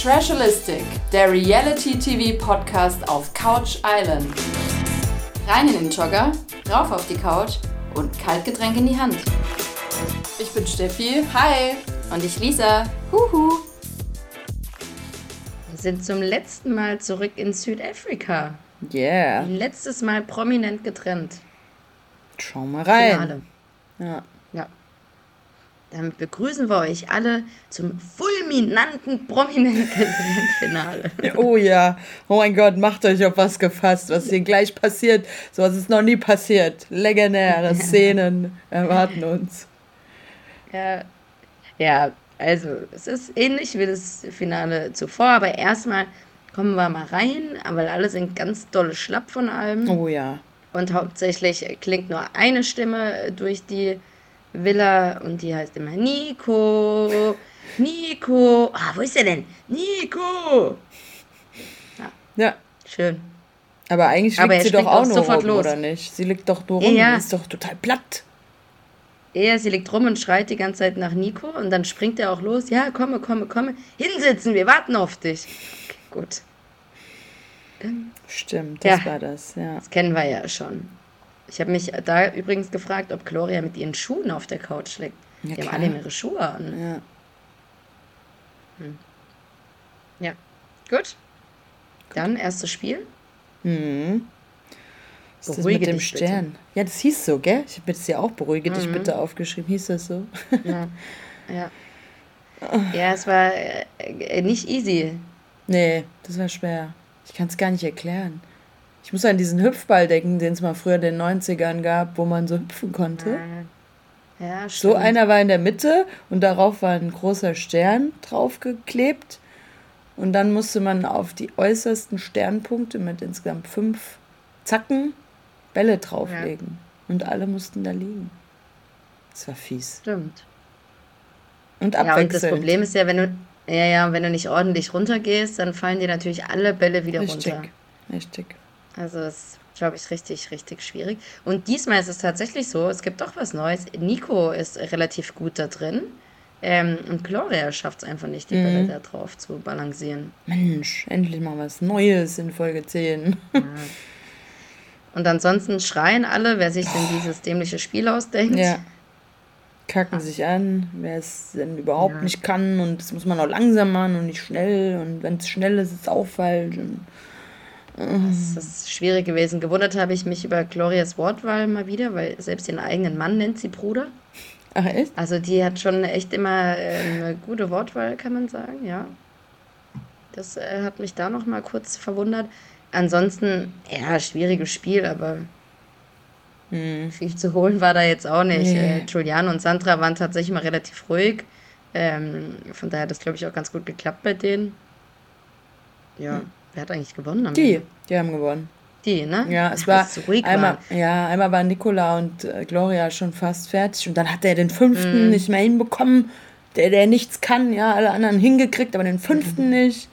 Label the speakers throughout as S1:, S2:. S1: Trashalistic, der Reality-TV-Podcast auf Couch Island. Rein in den Jogger, rauf auf die Couch und Kaltgetränk in die Hand. Ich bin Steffi, hi! Und ich Lisa, huhu!
S2: Wir sind zum letzten Mal zurück in Südafrika.
S3: Yeah,
S2: Letztes Mal prominent getrennt.
S3: schau mal rein.
S2: Finale.
S3: Ja.
S2: Ja. Damit begrüßen wir euch alle zum fulminanten prominent getrennt Finale.
S3: Oh ja, oh mein Gott, macht euch auf was gefasst, was hier gleich passiert. Sowas ist noch nie passiert. Legendäre Szenen erwarten uns.
S2: Ja, ja, also es ist ähnlich wie das Finale zuvor, aber erstmal kommen wir mal rein, weil alle sind ganz dolle schlapp von allem.
S3: Oh ja,
S2: Und hauptsächlich klingt nur eine Stimme durch die Villa und die heißt immer Nico. Nico. Ah, wo ist er denn? Nico.
S3: ja.
S2: Schön.
S3: Aber eigentlich
S2: Aber
S3: liegt
S2: er
S3: sie doch
S2: springt
S3: auch
S2: auch
S3: nur
S2: sofort
S3: rum,
S2: los.
S3: oder nicht? Sie liegt doch nur rum,
S2: Ja.
S3: ist doch total platt.
S2: Er, sie liegt rum und schreit die ganze Zeit nach Nico und dann springt er auch los. Ja, komme, komme, komme. Hinsitzen, wir warten auf dich. Okay, gut.
S3: Stimmt, das
S2: Ja.
S3: war das, ja.
S2: Das kennen wir ja schon. Ich habe mich da übrigens gefragt, ob Gloria mit ihren Schuhen auf der Couch liegt.
S3: Ja,
S2: die
S3: klar.
S2: haben alle ihre Schuhe an.
S3: ja.
S2: Ja. Gut. Dann erstes Spiel.
S3: Ist das
S2: Beruhige
S3: mit dem
S2: dich bitte. Mhm.
S3: Stern? Ja, das hieß so, gell? Ich habe jetzt ja auch beruhige dich bitte aufgeschrieben. Hieß das so?
S2: Ja. Ja, es war äh, äh, nicht easy.
S3: Nee, das war schwer. Ich kann es gar nicht erklären. Ich muss an diesen Hüpfball denken, den es mal früher in den 90ern gab, wo man so hüpfen konnte.
S2: Ja,
S3: So
S2: stimmt.
S3: einer war in der Mitte und darauf war ein großer Stern draufgeklebt. Und dann musste man auf die äußersten Sternpunkte mit insgesamt fünf Zacken Bälle drauflegen. Und alle mussten da liegen. Das war fies.
S2: Stimmt.
S3: Und
S2: Ja, und das
S3: abwechselnd.
S2: Problem ist ja, wenn du, ja, ja, wenn du nicht ordentlich runtergehst, dann fallen dir natürlich alle Bälle wieder
S3: Richtig.
S2: runter.
S3: Richtig.
S2: Also es ist, glaube ich, richtig, richtig schwierig. Und diesmal ist es tatsächlich so, es gibt doch was Neues. Nico ist relativ gut da drin. Ähm, und Gloria schafft es einfach nicht, die Bälle da drauf zu balancieren.
S3: Mensch, endlich mal was Neues in Folge 10.
S2: Und ansonsten schreien alle, wer sich denn dieses dämliche Spiel ausdenkt.
S3: Ja.
S2: Ah.
S3: Kacken sich an, wer es denn überhaupt nicht kann und das muss man auch langsam machen und nicht schnell und wenn es schnell ist, ist es auch falsch. Und
S2: Das ist schwierig gewesen. Gewundert habe ich mich über Glorias Wortwahl mal wieder, weil selbst ihren eigenen Mann nennt sie Bruder.
S3: Ach echt?
S2: Also die hat schon echt immer äh, eine gute Wortwahl, kann man sagen, ja. Das äh, hat mich da noch mal kurz verwundert. Ansonsten, ja, schwieriges Spiel, aber viel zu holen war da jetzt auch nicht.
S3: Hm. Nee.
S2: Äh, Juliane und Sandra waren tatsächlich mal relativ ruhig. Ähm, von daher hat das, glaube ich, auch ganz gut geklappt bei denen. Ja, wer hat eigentlich gewonnen? am
S3: Hm. Die,
S2: Ende?
S3: die haben gewonnen.
S2: Die, ne?
S3: Ja, es
S2: Ach,
S3: war
S2: dass es so ruhig
S3: einmal,
S2: war.
S3: ja, einmal waren Nicola und äh, Gloria schon fast fertig und dann hat er den
S2: Mhm.
S3: fünften nicht mehr hinbekommen, der, der nichts kann, ja, alle anderen hingekriegt, aber den
S2: Mhm.
S3: fünften nicht.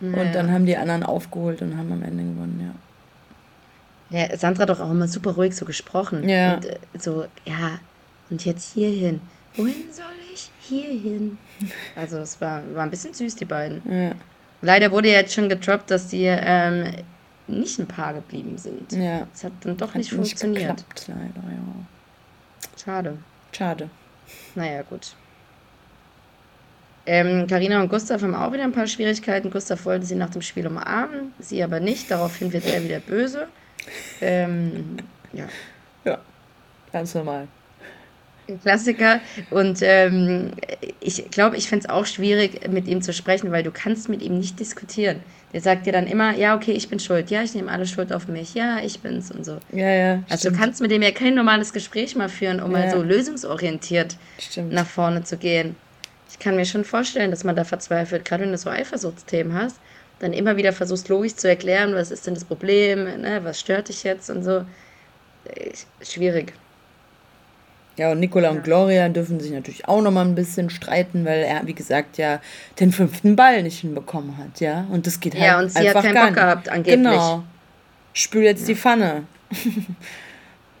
S3: Und dann haben die anderen aufgeholt und haben am Ende gewonnen, ja.
S2: Ja, Sandra hat doch auch immer super ruhig so gesprochen.
S3: Ja.
S2: Und äh, so, ja, und jetzt hierhin. Wohin soll ich? Hierhin. Also es war, war ein bisschen süß, die beiden.
S3: Ja,
S2: Leider wurde ja jetzt schon gedroppt, dass die ähm, nicht ein Paar geblieben sind.
S3: ja.
S2: Das hat dann doch
S3: Hat
S2: nicht funktioniert.
S3: geklappt, leider, ja.
S2: Schade.
S3: Schade.
S2: Naja, gut. Ähm, Carina und Gustav haben auch wieder ein paar Schwierigkeiten. Gustav wollte sie nach dem Spiel umarmen, sie aber nicht. Daraufhin wird er wieder böse. Ähm, ja.
S3: Ja, ganz normal.
S2: Ein Klassiker. Und ähm, ich glaube, ich fände es auch schwierig, mit ihm zu sprechen, weil du kannst mit ihm nicht diskutieren. Der sagt dir dann immer, ja, okay, ich bin schuld. Ja, ich nehme alle Schuld auf mich. Ja, ich bin's und so.
S3: Ja, ja.
S2: Also
S3: stimmt,
S2: du kannst mit dem ja kein normales Gespräch mal führen, um mal
S3: Ja.
S2: so lösungsorientiert
S3: stimmt.
S2: nach vorne zu gehen. Ich kann mir schon vorstellen, dass man da verzweifelt, gerade wenn du so Eifersuchtsthemen hast, dann immer wieder versuchst, logisch zu erklären, was ist denn das Problem, ne, was stört dich jetzt und so. Äh, Schwierig.
S3: Ja, und Nicola und Gloria dürfen sich natürlich auch nochmal ein bisschen streiten, weil er, wie gesagt, ja den fünften Ball nicht hinbekommen hat, ja. Und das geht halt
S2: Ja, und sie hat
S3: einfach
S2: keinen
S3: gar
S2: Bock
S3: nicht.
S2: gehabt, angeblich.
S3: Genau. Spül jetzt die Pfanne.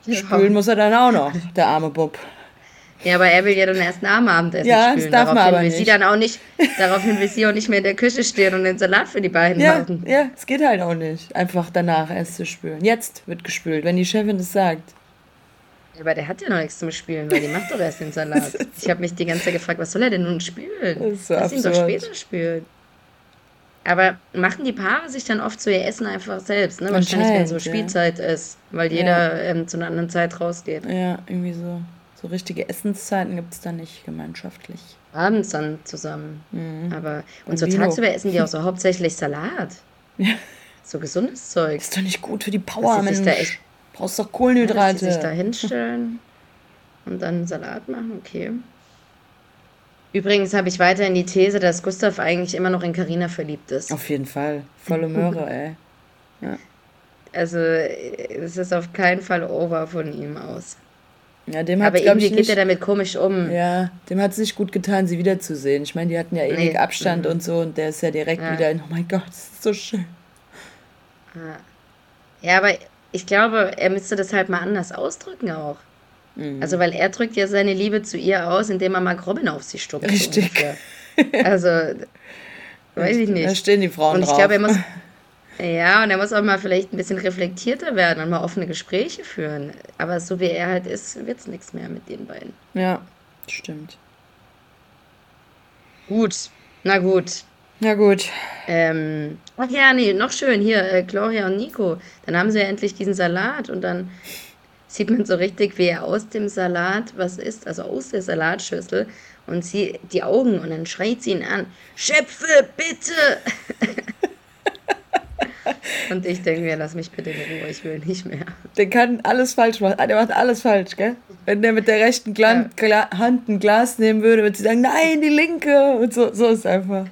S3: Spülen muss er dann auch noch, der arme Bub.
S2: Ja, aber er will ja dann erst nach dem Abendessen
S3: Ja, das
S2: spielen.
S3: darf man
S2: daraufhin
S3: aber
S2: will sie
S3: nicht.
S2: dann auch nicht. Daraufhin will sie auch nicht mehr in der Küche stehen und den Salat für die beiden
S3: Ja,
S2: machen.
S3: ja, es geht halt auch nicht. Einfach danach erst zu spülen. Jetzt wird gespült, wenn die Chefin es sagt.
S2: Aber der hat ja noch nichts zum Spielen, weil die macht doch erst den Salat. Ich habe mich die ganze Zeit gefragt, was soll er denn nun spülen?
S3: Das ist so
S2: Lass ihn doch
S3: absurd.
S2: später spülen. Aber machen die Paare sich dann oft so ihr Essen einfach selbst, ne? Wahrscheinlich, wenn so
S3: Anscheinend, ja.
S2: Spielzeit ist, weil
S3: Ja.
S2: jeder ähm, zu einer anderen Zeit rausgeht.
S3: Ja, irgendwie so. So richtige Essenszeiten gibt es da nicht gemeinschaftlich.
S2: Abends dann zusammen. Aber und,
S3: Und
S2: so
S3: Mhm. Vino.
S2: tagsüber essen die auch so hauptsächlich Salat. So gesundes Zeug.
S3: Ist doch nicht gut für die Power,
S2: Dass
S3: Mensch.
S2: sie sich da echt-
S3: Brauchst doch
S2: Ja, Dass die sich da
S3: Kohlenhydrate.
S2: hinstellen und dann Salat machen, okay. Übrigens habe ich weiterhin die These, dass Gustav eigentlich immer noch in Karina verliebt ist.
S3: Auf jeden Fall.
S2: Mhm.
S3: Volle Möhre, ey.
S2: Also äh, es ist auf keinen Fall over von ihm aus.
S3: Ja, dem hat
S2: Aber
S3: es, glaube
S2: irgendwie
S3: ich,
S2: geht er
S3: nicht,
S2: damit komisch um.
S3: ja, dem hat's nicht gut getan, sie wiederzusehen. Ich meine, die hatten ja ewig
S2: Nee, Mhm.
S3: Abstand und so und der ist ja direkt
S2: Ja.
S3: wieder in, oh mein Gott, das ist so schön.
S2: Ja, aber ich glaube, er müsste das halt mal anders ausdrücken auch.
S3: Mhm.
S2: Also, weil er drückt ja seine Liebe zu ihr aus, indem er Mark Robin auf sie stupst. so
S3: Richtig.
S2: ungefähr. Also, weiß ich
S3: Da
S2: nicht.
S3: stehen die Frauen
S2: Und ich
S3: drauf.
S2: glaube, er muss. Ja, und er muss auch mal vielleicht ein bisschen reflektierter werden und mal offene Gespräche führen. Aber so wie er halt ist, wird es nichts mehr mit den beiden.
S3: ja, stimmt.
S2: Gut, na gut.
S3: Na gut.
S2: Ähm, ach ja, nee, noch schön. Hier, äh, Gloria und Nico. Dann haben sie ja endlich diesen Salat und dann sieht man so richtig, wie er aus dem Salat was isst, also aus der Salatschüssel und sie die Augen und dann schreit sie ihn an: Schöpfe, bitte! und ich denke mir, lass mich bitte in Ruhe, ich will nicht mehr.
S3: Der kann alles falsch machen. Ah, Der macht alles falsch, gell? Wenn der mit der rechten Glan Gla Hand ein Glas nehmen würde, würde sie sagen, nein, die linke. Und so, so ist einfach.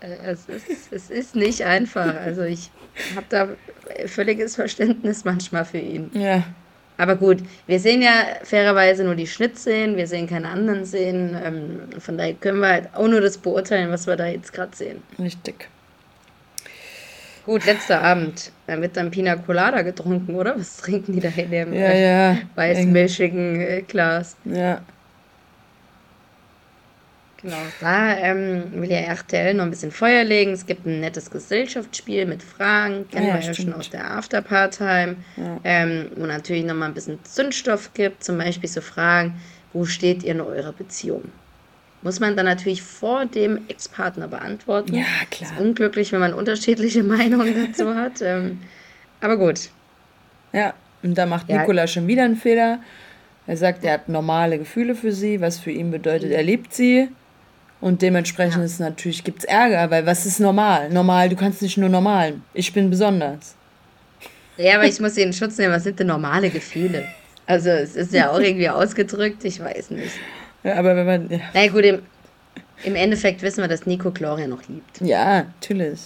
S2: Äh, Es ist, es ist nicht einfach. Also ich habe da äh, völliges Verständnis manchmal für ihn.
S3: Ja.
S2: Aber gut, wir sehen ja fairerweise nur die Schnittszenen, wir sehen keine anderen Szenen. Ähm, von daher können wir halt auch nur das beurteilen, was wir da jetzt gerade sehen.
S3: Richtig.
S2: Gut, letzter Abend. Dann wird dann Pina Colada getrunken, oder? Was trinken die da in dem
S3: Ja,
S2: äh,
S3: ja.
S2: weißmilchigen äh, Glas?
S3: Ja.
S2: Genau. Da ähm, will ja RTL noch ein bisschen Feuer legen. Es gibt ein nettes Gesellschaftsspiel mit Fragen, kennen
S3: Ja,
S2: wir ja schon
S3: stimmt.
S2: aus der Afterpart-Time.
S3: Ja.
S2: Ähm, wo natürlich nochmal ein bisschen Zündstoff gibt, zum Beispiel so Fragen, wo steht ihr in eurer Beziehung? Muss man dann natürlich vor dem Ex-Partner beantworten.
S3: Ja,
S2: Ist
S3: klar.
S2: unglücklich, wenn man unterschiedliche Meinungen dazu hat. Ähm, aber gut.
S3: Ja. Und da macht
S2: Ja.
S3: Nikola schon wieder einen Fehler. Er sagt, er hat normale Gefühle für sie, was für ihn bedeutet, er liebt sie. Und dementsprechend ist natürlich, gibt es Ärger, weil was ist normal? Normal, du kannst nicht nur normal. Ich bin besonders.
S2: Ja, aber ich muss sie in Schutz nehmen. Was sind denn normale Gefühle? Also, es ist ja auch irgendwie ausgedrückt. Ich weiß nicht.
S3: Ja, aber wenn man, ja,
S2: Na gut, im, im Endeffekt wissen wir, dass Nico Gloria noch liebt.
S3: ja natürlich.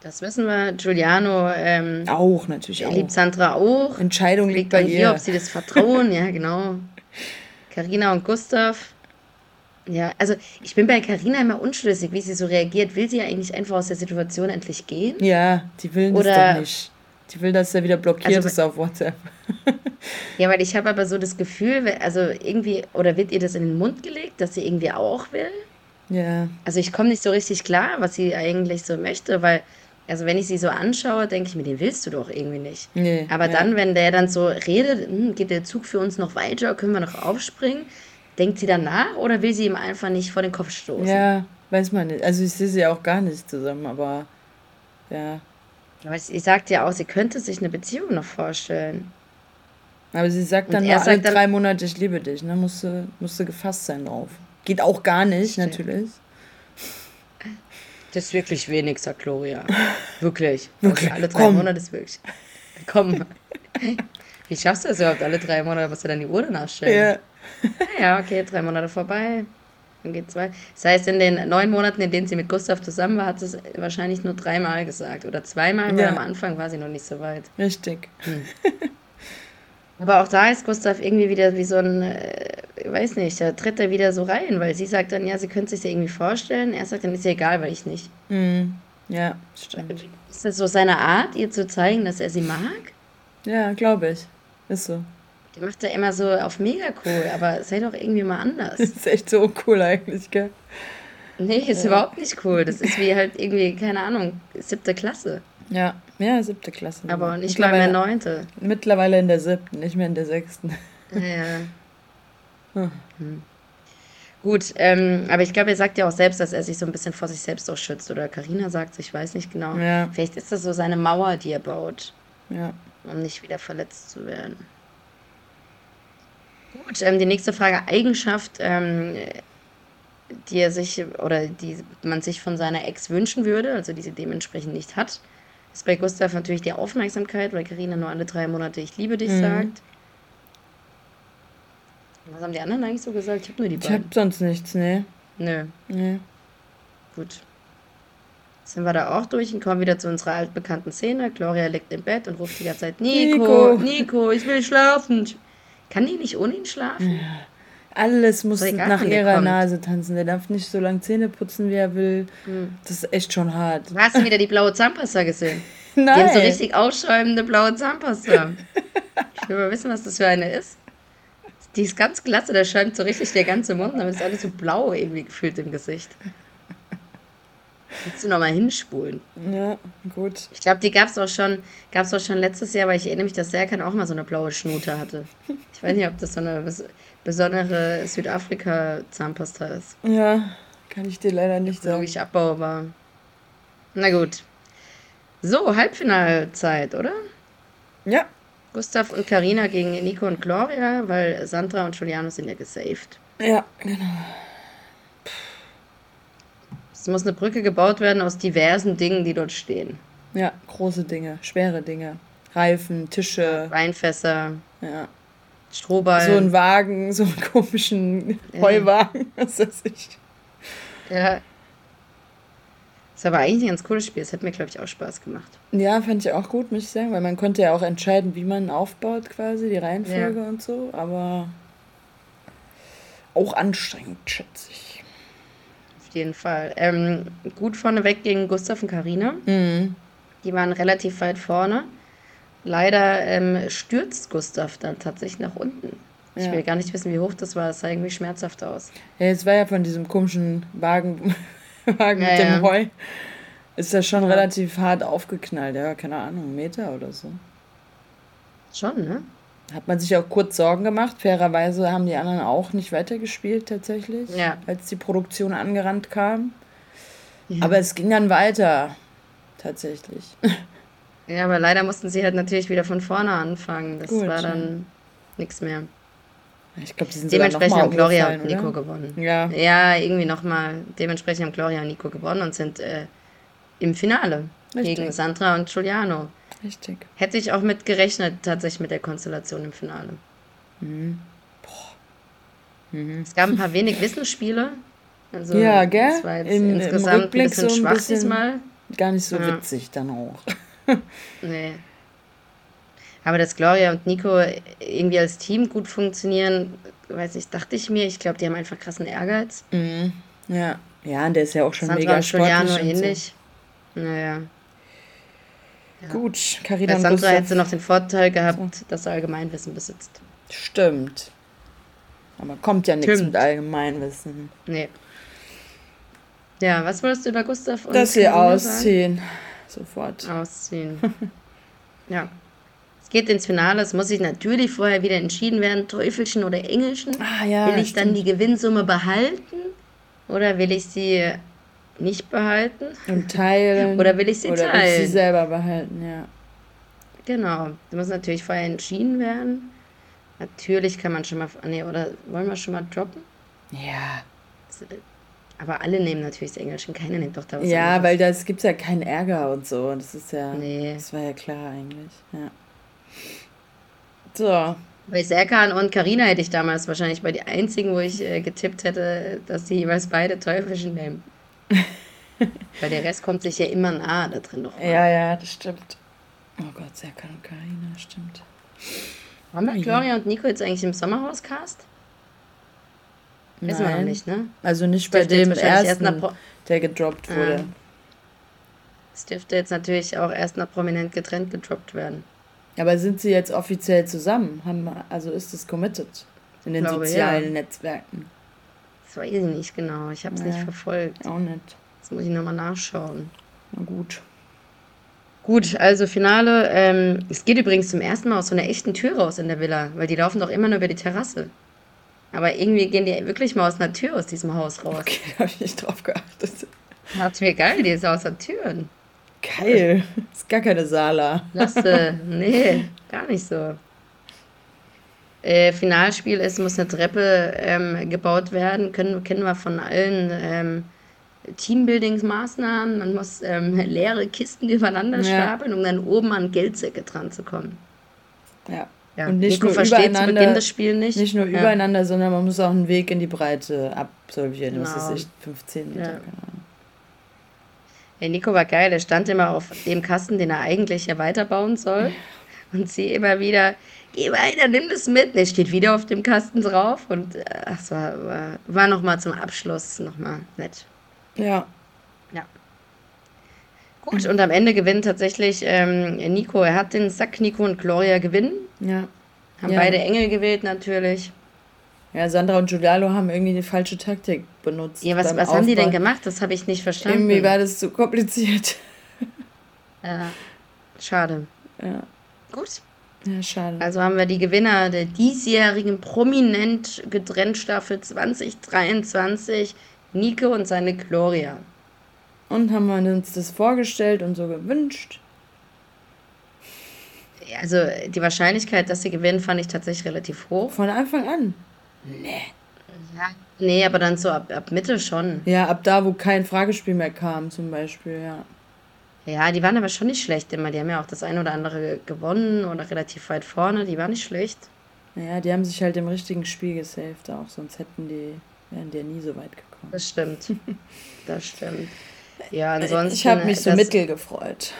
S2: Das wissen wir. Giuliano ähm,
S3: Auch, natürlich auch.
S2: liebt Sandra auch.
S3: Entscheidung
S2: liegt
S3: liegt
S2: bei
S3: bei
S2: ihr,
S3: ihr.
S2: ob sie das vertrauen. ja, genau. Karina und Gustav. Ja, also ich bin bei Karina immer unschlüssig, wie sie so reagiert. Will sie ja eigentlich einfach aus der Situation endlich gehen?
S3: Ja, die will das
S2: Oder-
S3: doch nicht. Die will, dass er wieder blockiert
S2: Also,
S3: ist auf WhatsApp.
S2: Ja, weil ich habe aber so das Gefühl, we- also irgendwie, oder wird ihr das in den Mund gelegt, dass sie irgendwie auch will?
S3: Ja,
S2: Also ich komme nicht so richtig klar, was sie eigentlich so möchte, weil, also wenn ich sie so anschaue, denke ich mir, den willst du doch irgendwie nicht.
S3: nee.
S2: Aber
S3: ja.
S2: dann, wenn der dann so redet, hm, geht der Zug für uns noch weiter, können wir noch aufspringen? Denkt sie danach oder will sie ihm einfach nicht vor den Kopf stoßen?
S3: Ja, weiß man nicht. Also ich sehe sie auch gar nicht zusammen, aber ja.
S2: Aber sie sagt ja auch, sie könnte sich eine Beziehung noch vorstellen.
S3: Aber sie sagt
S2: Und
S3: dann
S2: er
S3: nur alle
S2: sagt dann-
S3: drei Monate, ich liebe dich. Ne? Musst, du, musst du gefasst sein drauf. Geht auch gar nicht, natürlich.
S2: Das ist wirklich wenig, sagt Gloria. Wirklich. Also
S3: Wirklich,
S2: alle drei
S3: komm.
S2: Monate ist wirklich. Komm. Wie schaffst du das überhaupt? Alle drei Monate musst du dann die Uhr danach stellen.
S3: Ja.
S2: Ja, okay, drei Monate vorbei. Dann geht's weiter. Das heißt, in den neun Monaten, in denen sie mit Gustav zusammen war, hat sie es wahrscheinlich nur dreimal gesagt. Oder zweimal, weil
S3: Ja.
S2: am Anfang war sie noch nicht so weit.
S3: Richtig.
S2: Aber auch da ist Gustav irgendwie wieder wie so ein, äh, ich weiß nicht, da tritt er wieder so rein, weil sie sagt dann, ja, sie könnte sich ja irgendwie vorstellen. Er sagt dann, ist ihr egal, weil ich nicht.
S3: Mhm. Ja, stimmt.
S2: Ist das so seine Art, ihr zu zeigen, dass er sie mag?
S3: Ja, glaube ich. Ist so.
S2: Der macht ja immer so auf mega cool, aber sei doch irgendwie mal anders.
S3: Das ist echt so uncool eigentlich, gell?
S2: Nee, ist überhaupt nicht cool. Das ist wie halt irgendwie, keine Ahnung, siebte Klasse.
S3: Ja, ja, siebte Klasse.
S2: Aber nicht mal mehr neunte.
S3: Mittlerweile in der siebten, nicht mehr in der sechsten.
S2: Ja.
S3: Hm.
S2: Gut, ähm, aber ich glaube, er sagt ja auch selbst, dass er sich so ein bisschen vor sich selbst auch schützt. Oder Karina sagt ich weiß nicht genau.
S3: Ja.
S2: Vielleicht ist das so seine Mauer, die er baut,
S3: Ja.
S2: um nicht wieder verletzt zu werden. Gut, ähm, die nächste Frage: Eigenschaft, ähm, die er sich oder die man sich von seiner Ex wünschen würde, also die sie dementsprechend nicht hat, ist bei Gustav natürlich die Aufmerksamkeit, weil Karina nur alle drei Monate Ich liebe dich
S3: Mhm.
S2: sagt. Was haben die anderen eigentlich so gesagt? Ich habe nur die
S3: Ich hab
S2: beiden.
S3: sonst nichts, nee.
S2: Nö.
S3: nee.
S2: Gut. Sind wir da auch durch und kommen wieder zu unserer altbekannten Szene. Gloria liegt im Bett und ruft die ganze Zeit, Nico,
S3: Nico."
S2: Nico, ich will schlafen. Kann die nicht ohne ihn schlafen?
S3: Alles muss
S2: Ist doch egal,
S3: nach
S2: wann der
S3: ihrer
S2: kommt.
S3: Nase tanzen. Der darf nicht so lange Zähne putzen, wie er will.
S2: Hm.
S3: Das ist echt schon hart.
S2: Du hast wieder die blaue Zahnpasta gesehen.
S3: Nein.
S2: Die haben so richtig ausschäumende blaue Zahnpasta. Ich will mal wissen, was das für eine ist. Die ist ganz glatte, da schäumt so richtig der ganze Mund, damit ist alles so blau irgendwie gefühlt im Gesicht. Willst du nochmal hinspulen?
S3: Ja, gut.
S2: Ich glaube, die gab es auch, schon- gab's auch schon letztes Jahr, weil ich erinnere mich, dass Serkan auch mal so eine blaue Schnute hatte. Ich weiß nicht, ob das so eine bes- besondere Südafrika-Zahnpasta ist,
S3: Ja, kann ich dir leider nicht
S2: so
S3: sagen.
S2: wirklich abbaubar. Na gut. So, Halbfinalzeit, oder?
S3: Ja,
S2: Gustav und Karina gegen Nico und Gloria, weil Sandra und Giuliano sind ja gesaved.
S3: ja, genau.
S2: Es muss eine Brücke gebaut werden aus diversen Dingen, die dort stehen.
S3: Ja, große Dinge, schwere Dinge. Reifen, Tische,
S2: Weinfässer,
S3: ja.
S2: Strohballen.
S3: So ein Wagen, so einen komischen
S2: Ja.
S3: Heuwagen, was weiß ich.
S2: Ja. Ist aber eigentlich ein ganz cooles Spiel. Es hat mir, glaube ich, auch Spaß gemacht.
S3: Ja, fand ich auch gut, muss ich sagen, weil man konnte ja auch entscheiden, wie man aufbaut quasi, die Reihenfolge und so, aber auch anstrengend, schätze ich.
S2: Auf jeden Fall. Ähm, gut vorneweg gegen Gustav und Karina.
S3: Mhm.
S2: Die waren relativ weit vorne. Leider ähm, stürzt Gustav dann tatsächlich nach unten. Ich
S3: Ja.
S2: will gar nicht wissen, wie hoch das war. Es sah irgendwie schmerzhaft aus.
S3: Ja, jetzt war ja von diesem komischen Wagen, Wagen
S2: Ja,
S3: mit dem
S2: ja.
S3: Heu, ist das schon
S2: Ja.
S3: relativ hart aufgeknallt, ja, keine Ahnung, einen Meter oder so.
S2: Schon, ne?
S3: Hat man sich auch kurz Sorgen gemacht. Fairerweise haben die anderen auch nicht weitergespielt tatsächlich,
S2: Ja.
S3: als die Produktion angerannt kam.
S2: Ja.
S3: Aber es ging dann weiter, tatsächlich.
S2: Ja, aber leider mussten sie halt natürlich wieder von vorne anfangen. Das
S3: Gut,
S2: war
S3: ja.
S2: dann nichts mehr.
S3: Ich glaube, die sind sogar nochmal
S2: Dementsprechend haben Gloria und
S3: umgefallen,
S2: Nico
S3: oder?
S2: gewonnen.
S3: Ja,
S2: Ja, irgendwie nochmal. Dementsprechend haben Gloria und Nico gewonnen und sind äh, im Finale
S3: Richtig.
S2: gegen Sandra und Giuliano.
S3: richtig.
S2: Hätte ich auch mit gerechnet, tatsächlich mit der Konstellation im Finale.
S3: Mhm.
S2: Es gab ein paar wenig Wissensspiele. Also
S3: Ja, gell?
S2: Es war jetzt
S3: Im- im
S2: insgesamt ein
S3: Rückblick
S2: bisschen
S3: so ein
S2: schwach
S3: bisschen-
S2: diesmal.
S3: Gar nicht so
S2: Ja.
S3: witzig dann auch.
S2: Nee. Aber dass Gloria und Nico irgendwie als Team gut funktionieren, weiß nicht, dachte ich mir. Ich glaube, die haben einfach krassen Ehrgeiz.
S3: Mhm. Ja. ja, und der ist ja auch schon
S2: Sandra
S3: mega
S2: und Giuliano
S3: sportlich. Und so.
S2: ähnlich. Naja.
S3: Gut,
S2: Bei
S3: Carina und
S2: Sandra hätte
S3: Gustav.
S2: noch den Vorteil gehabt, dass er Allgemeinwissen besitzt.
S3: Stimmt. Aber kommt ja nichts
S2: Stimmt.
S3: mit Allgemeinwissen.
S2: Nee. Ja, was wolltest du über Gustav und
S3: Dass sie
S2: Karina sagen?
S3: ausziehen. Sofort.
S2: Ausziehen. ja. Es geht ins Finale, es muss sich natürlich vorher wieder entschieden werden, Teufelchen oder Engelchen.
S3: Ah ja,
S2: will ich dann
S3: stimmt.
S2: die Gewinnsumme behalten oder will ich sie nicht behalten?
S3: Und teilen.
S2: Oder will ich sie
S3: Oder will ich
S2: teilen?
S3: sie selber behalten, ja.
S2: Genau, das muss natürlich vorher entschieden werden. Natürlich kann man schon mal, ah, nee, oder wollen wir schon mal droppen?
S3: Ja.
S2: Aber alle nehmen natürlich das Engelchen, keiner nimmt doch da was
S3: Ja,
S2: anderes.
S3: weil das gibt ja keinen Ärger und so. Und das ist ja.
S2: Nee.
S3: Das war ja klar eigentlich. Ja. So.
S2: Bei Serkan und Karina hätte ich damals wahrscheinlich bei die einzigen, wo ich äh, getippt hätte, dass sie jeweils beide Teufelchen nehmen. Weil der Rest kommt sich ja immer nah da drin noch.
S3: Ja, ja, das stimmt. Oh Gott, Serkan und Karina, stimmt.
S2: Waren wir Gloria und Nico jetzt eigentlich im Sommerhauscast? Wissen wir noch
S3: Nein.
S2: nicht, ne?
S3: Also nicht bei
S2: Dürfte jetzt
S3: dem
S2: wahrscheinlich erst
S3: ersten,
S2: nach Pro-
S3: der gedroppt wurde.
S2: Ah. Es dürfte jetzt natürlich auch erst nach prominent getrennt gedroppt werden.
S3: Aber sind sie jetzt offiziell zusammen? Haben, also ist es committed in den
S2: glaube,
S3: sozialen
S2: ja.
S3: Netzwerken?
S2: Das weiß ich nicht genau. Ich habe es nicht
S3: Ja.
S2: verfolgt.
S3: Auch nicht.
S2: Jetzt muss ich nochmal nachschauen.
S3: Na gut.
S2: Gut, also Finale. Ähm, es geht übrigens zum ersten Mal aus so einer echten Tür raus in der Villa, weil die laufen doch immer nur über die Terrasse. Aber irgendwie gehen die wirklich mal aus einer Tür aus diesem Haus raus.
S3: Okay, habe ich nicht drauf geachtet.
S2: Hat mir geil, die ist aus der Tür.
S3: Geil. Ist gar keine Sala.
S2: Lasse, äh, nee, gar nicht so. Äh, Finalspiel ist, muss eine Treppe ähm, gebaut werden. Können, kennen wir von allen ähm, Teambuildingsmaßnahmen. Man muss ähm, leere Kisten übereinander
S3: Ja.
S2: stapeln, um dann oben an Geldsäcke dran zu kommen.
S3: Ja.
S2: Ja,
S3: Und nicht
S2: Nico
S3: nur
S2: versteht zu
S3: übereinander-
S2: Beginn das Spiel nicht.
S3: Nicht nur
S2: Ja.
S3: übereinander, sondern man muss auch einen Weg in die Breite absolvieren. Das
S2: Genau.
S3: ist echt 15 Meter. genau.
S2: Ja.
S3: keine Ahnung.
S2: Ja, Nico war geil, er stand immer auf dem Kasten, den er eigentlich ja weiterbauen soll. Und sie immer wieder, geh weiter, nimm das mit. Und er steht wieder auf dem Kasten drauf. Und äh, ach, es war, war, war nochmal zum Abschluss nochmal nett.
S3: Ja.
S2: Gut, und am Ende gewinnt tatsächlich ähm, Nico. Er hat den Sack, Nico und Gloria gewinnen.
S3: Ja.
S2: Haben
S3: Ja.
S2: beide Engel gewählt natürlich.
S3: Ja, Sandra und Giuliano haben irgendwie eine falsche Taktik benutzt.
S2: Ja, was,
S3: beim
S2: was haben die denn
S3: Aufbau.
S2: gemacht? Das habe ich nicht verstanden.
S3: Irgendwie war das zu kompliziert.
S2: ja. Schade.
S3: Ja,
S2: Gut.
S3: ja schade.
S2: Also haben wir die Gewinner der diesjährigen prominent getrennt Staffel 2023, Nico und seine Gloria.
S3: Und haben wir uns das vorgestellt und so gewünscht.
S2: Also die Wahrscheinlichkeit, dass sie gewinnen, fand ich tatsächlich relativ hoch.
S3: Von Anfang an.
S2: Nee, aber dann so ab, ab Mitte schon.
S3: Ja, ab da, wo kein Fragespiel mehr kam, zum Beispiel, ja.
S2: Ja, die waren aber schon nicht schlecht immer. Die haben ja auch das eine oder andere gewonnen oder relativ weit vorne. Die waren nicht schlecht.
S3: Naja, die haben sich halt im richtigen Spiel gesaved auch, sonst hätten die, wären die ja nie so weit gekommen.
S2: Das stimmt. Das stimmt. Ja, ansonsten.
S3: Äh, ich habe mich so
S2: das-
S3: mittel gefreut.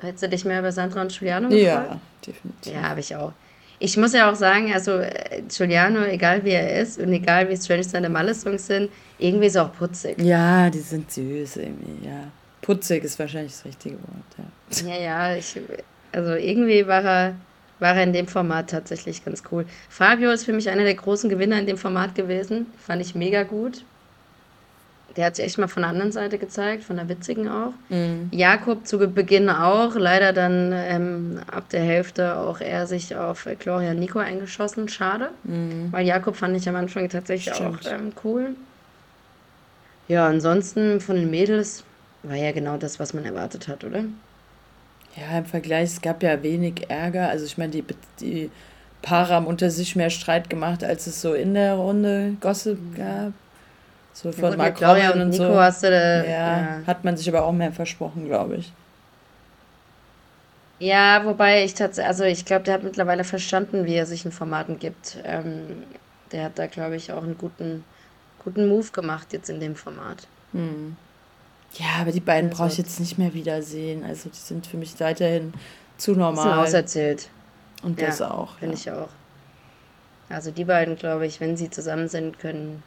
S2: Hättest du dich mehr über Sandra und Giuliano gefreut?
S3: Ja, definitiv.
S2: Ja, habe ich auch. Ich muss ja auch sagen, also äh, Giuliano, egal wie er ist und egal wie strange seine Malle-Songs sind, irgendwie ist er auch putzig.
S3: Ja, die sind süß irgendwie, ja. Putzig ist wahrscheinlich das richtige Wort, ja.
S2: Ja, ja, ich, also irgendwie war er, war er in dem Format tatsächlich ganz cool. Fabio ist für mich einer der großen Gewinner in dem Format gewesen. Fand ich mega gut. Der hat sich echt mal von der anderen Seite gezeigt, von der witzigen auch. Jakob zu Beginn auch, leider dann ähm, ab der Hälfte auch er sich auf äh, Gloria und Nico eingeschossen. Schade, weil Jakob fand ich am Anfang tatsächlich
S3: Stimmt.
S2: auch ähm, cool. Ja, ansonsten von den Mädels war ja genau das, was man erwartet hat, oder?
S3: Ja, im Vergleich, es gab ja wenig Ärger. Also ich meine, die, die Paare haben unter sich mehr Streit gemacht, als es so in der Runde Gossip gab. So
S2: Mhm. Ja,
S3: von
S2: gut, mit
S3: Mark
S2: Gloria
S3: Robin
S2: und
S3: und
S2: Nico
S3: so.
S2: hast du da,
S3: ja, hat man sich aber auch mehr versprochen, glaube ich.
S2: Ja, wobei ich tatsächlich, also ich glaube, der hat mittlerweile verstanden, wie er sich in Formaten gibt. Ähm, der hat da, glaube ich, auch einen guten, guten Move gemacht jetzt in dem Format.
S3: Ja, aber die beiden
S2: Also-
S3: brauche ich jetzt nicht mehr wiedersehen. Also die sind für mich weiterhin zu
S2: Ist mir
S3: normal.
S2: auserzählt,
S3: und das
S2: ja,
S3: auch. Ja.
S2: finde ich auch. Also die beiden, glaube ich, wenn sie zusammen sind, können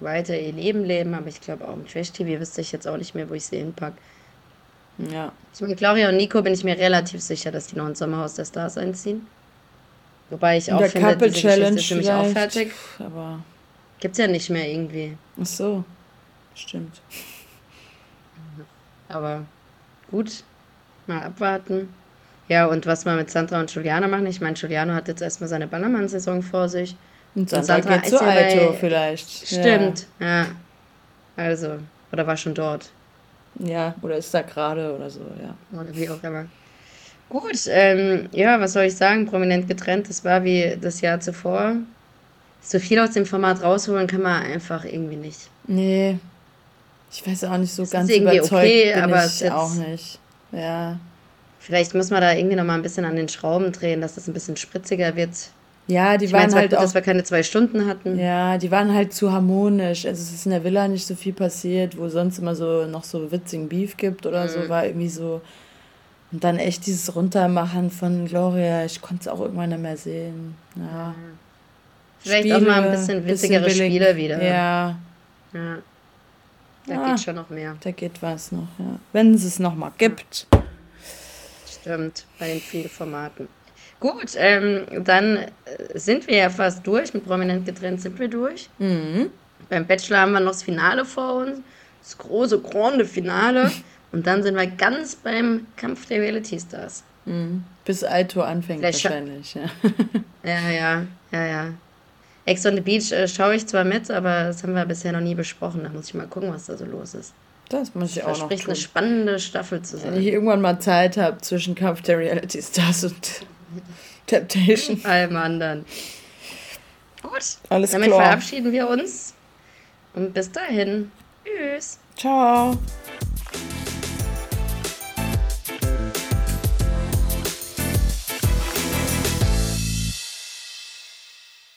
S2: weiter ihr Leben leben. Aber ich glaube, auch im Trash-TV wüsste ich jetzt auch nicht mehr, wo ich sie hinpacke.
S3: ja.
S2: Ich meine, Gloria und Nico bin ich mir relativ sicher, dass die noch ins Sommerhaus der Stars einziehen. Wobei ich
S3: In
S2: auch
S3: der
S2: finde,
S3: Couple
S2: diese Geschichte
S3: Challenge
S2: ist für mich auch
S3: vielleicht,
S2: fertig.
S3: Aber
S2: Gibt's ja nicht mehr irgendwie.
S3: ach so, stimmt.
S2: Aber gut, mal abwarten. Ja, und was wir mit Sandra und Giuliano machen, ich meine, Giuliano hat jetzt erstmal seine Ballermann-Saison vor sich.
S3: Und Sandra,
S2: Sandra
S3: geht zu
S2: ist ja bei-
S3: Alto vielleicht.
S2: Stimmt, ja. Also, oder war schon dort.
S3: Ja. ja, oder ist da gerade oder so, ja.
S2: Oder wie auch immer. Gut, ähm, ja, was soll ich sagen? Prominent getrennt, das war wie das Jahr zuvor. So viel aus dem Format rausholen kann man einfach irgendwie nicht.
S3: Nee. Ich weiß auch nicht so
S2: Es
S3: ganz
S2: ist irgendwie
S3: überzeugt
S2: okay,
S3: bin
S2: aber
S3: ich
S2: es ist jetzt-
S3: auch nicht. Ja.
S2: Vielleicht muss man da irgendwie nochmal ein bisschen an den Schrauben drehen, dass das ein bisschen spritziger wird.
S3: Ja, die
S2: Ich meine,
S3: waren
S2: es war
S3: halt
S2: gut,
S3: auch
S2: dass wir keine zwei Stunden hatten.
S3: ja, die waren halt zu harmonisch. Also es ist in der Villa nicht so viel passiert, wo sonst immer so noch so witzigen Beef gibt oder
S2: Mhm.
S3: so, war irgendwie so und dann echt dieses Runtermachen von Gloria, ich konnte es auch irgendwann nicht mehr sehen. Ja.
S2: Mhm. Vielleicht auch mal ein bisschen witzigere
S3: billig.
S2: Spiele wieder.
S3: Ja,
S2: Ja. Da
S3: Ah.
S2: geht schon noch mehr. Mhm.
S3: da geht was noch, ja. Wenn es es noch mal gibt.
S2: stimmt, bei den vielen Formaten. Gut, ähm, dann äh, sind wir ja fast durch. Mit Prominent getrennt sind wir durch.
S3: Mhm.
S2: Beim Bachelor haben wir noch das Finale vor uns. Das große, grande Finale. Und dann sind wir ganz beim Kampf der Reality Stars.
S3: Mhm. Bis Alto anfängt
S2: Vielleicht scha-
S3: wahrscheinlich. Ja.
S2: Ja, ja, ja, ja. Ex on the Beach äh, schaue ich zwar mit, aber das haben wir bisher noch nie besprochen. Da muss ich mal gucken, was da so los ist.
S3: Das muss ich auch noch
S2: Verspricht eine
S3: tun.
S2: spannende Staffel zu
S3: Wenn ich
S2: sein.
S3: irgendwann mal Zeit habe zwischen Kampf der Reality Stars und Temptation.
S2: Allem anderen. Gut,
S3: Alles
S2: damit
S3: klar.
S2: verabschieden wir uns. Und bis dahin. Tschüss.
S3: Ciao.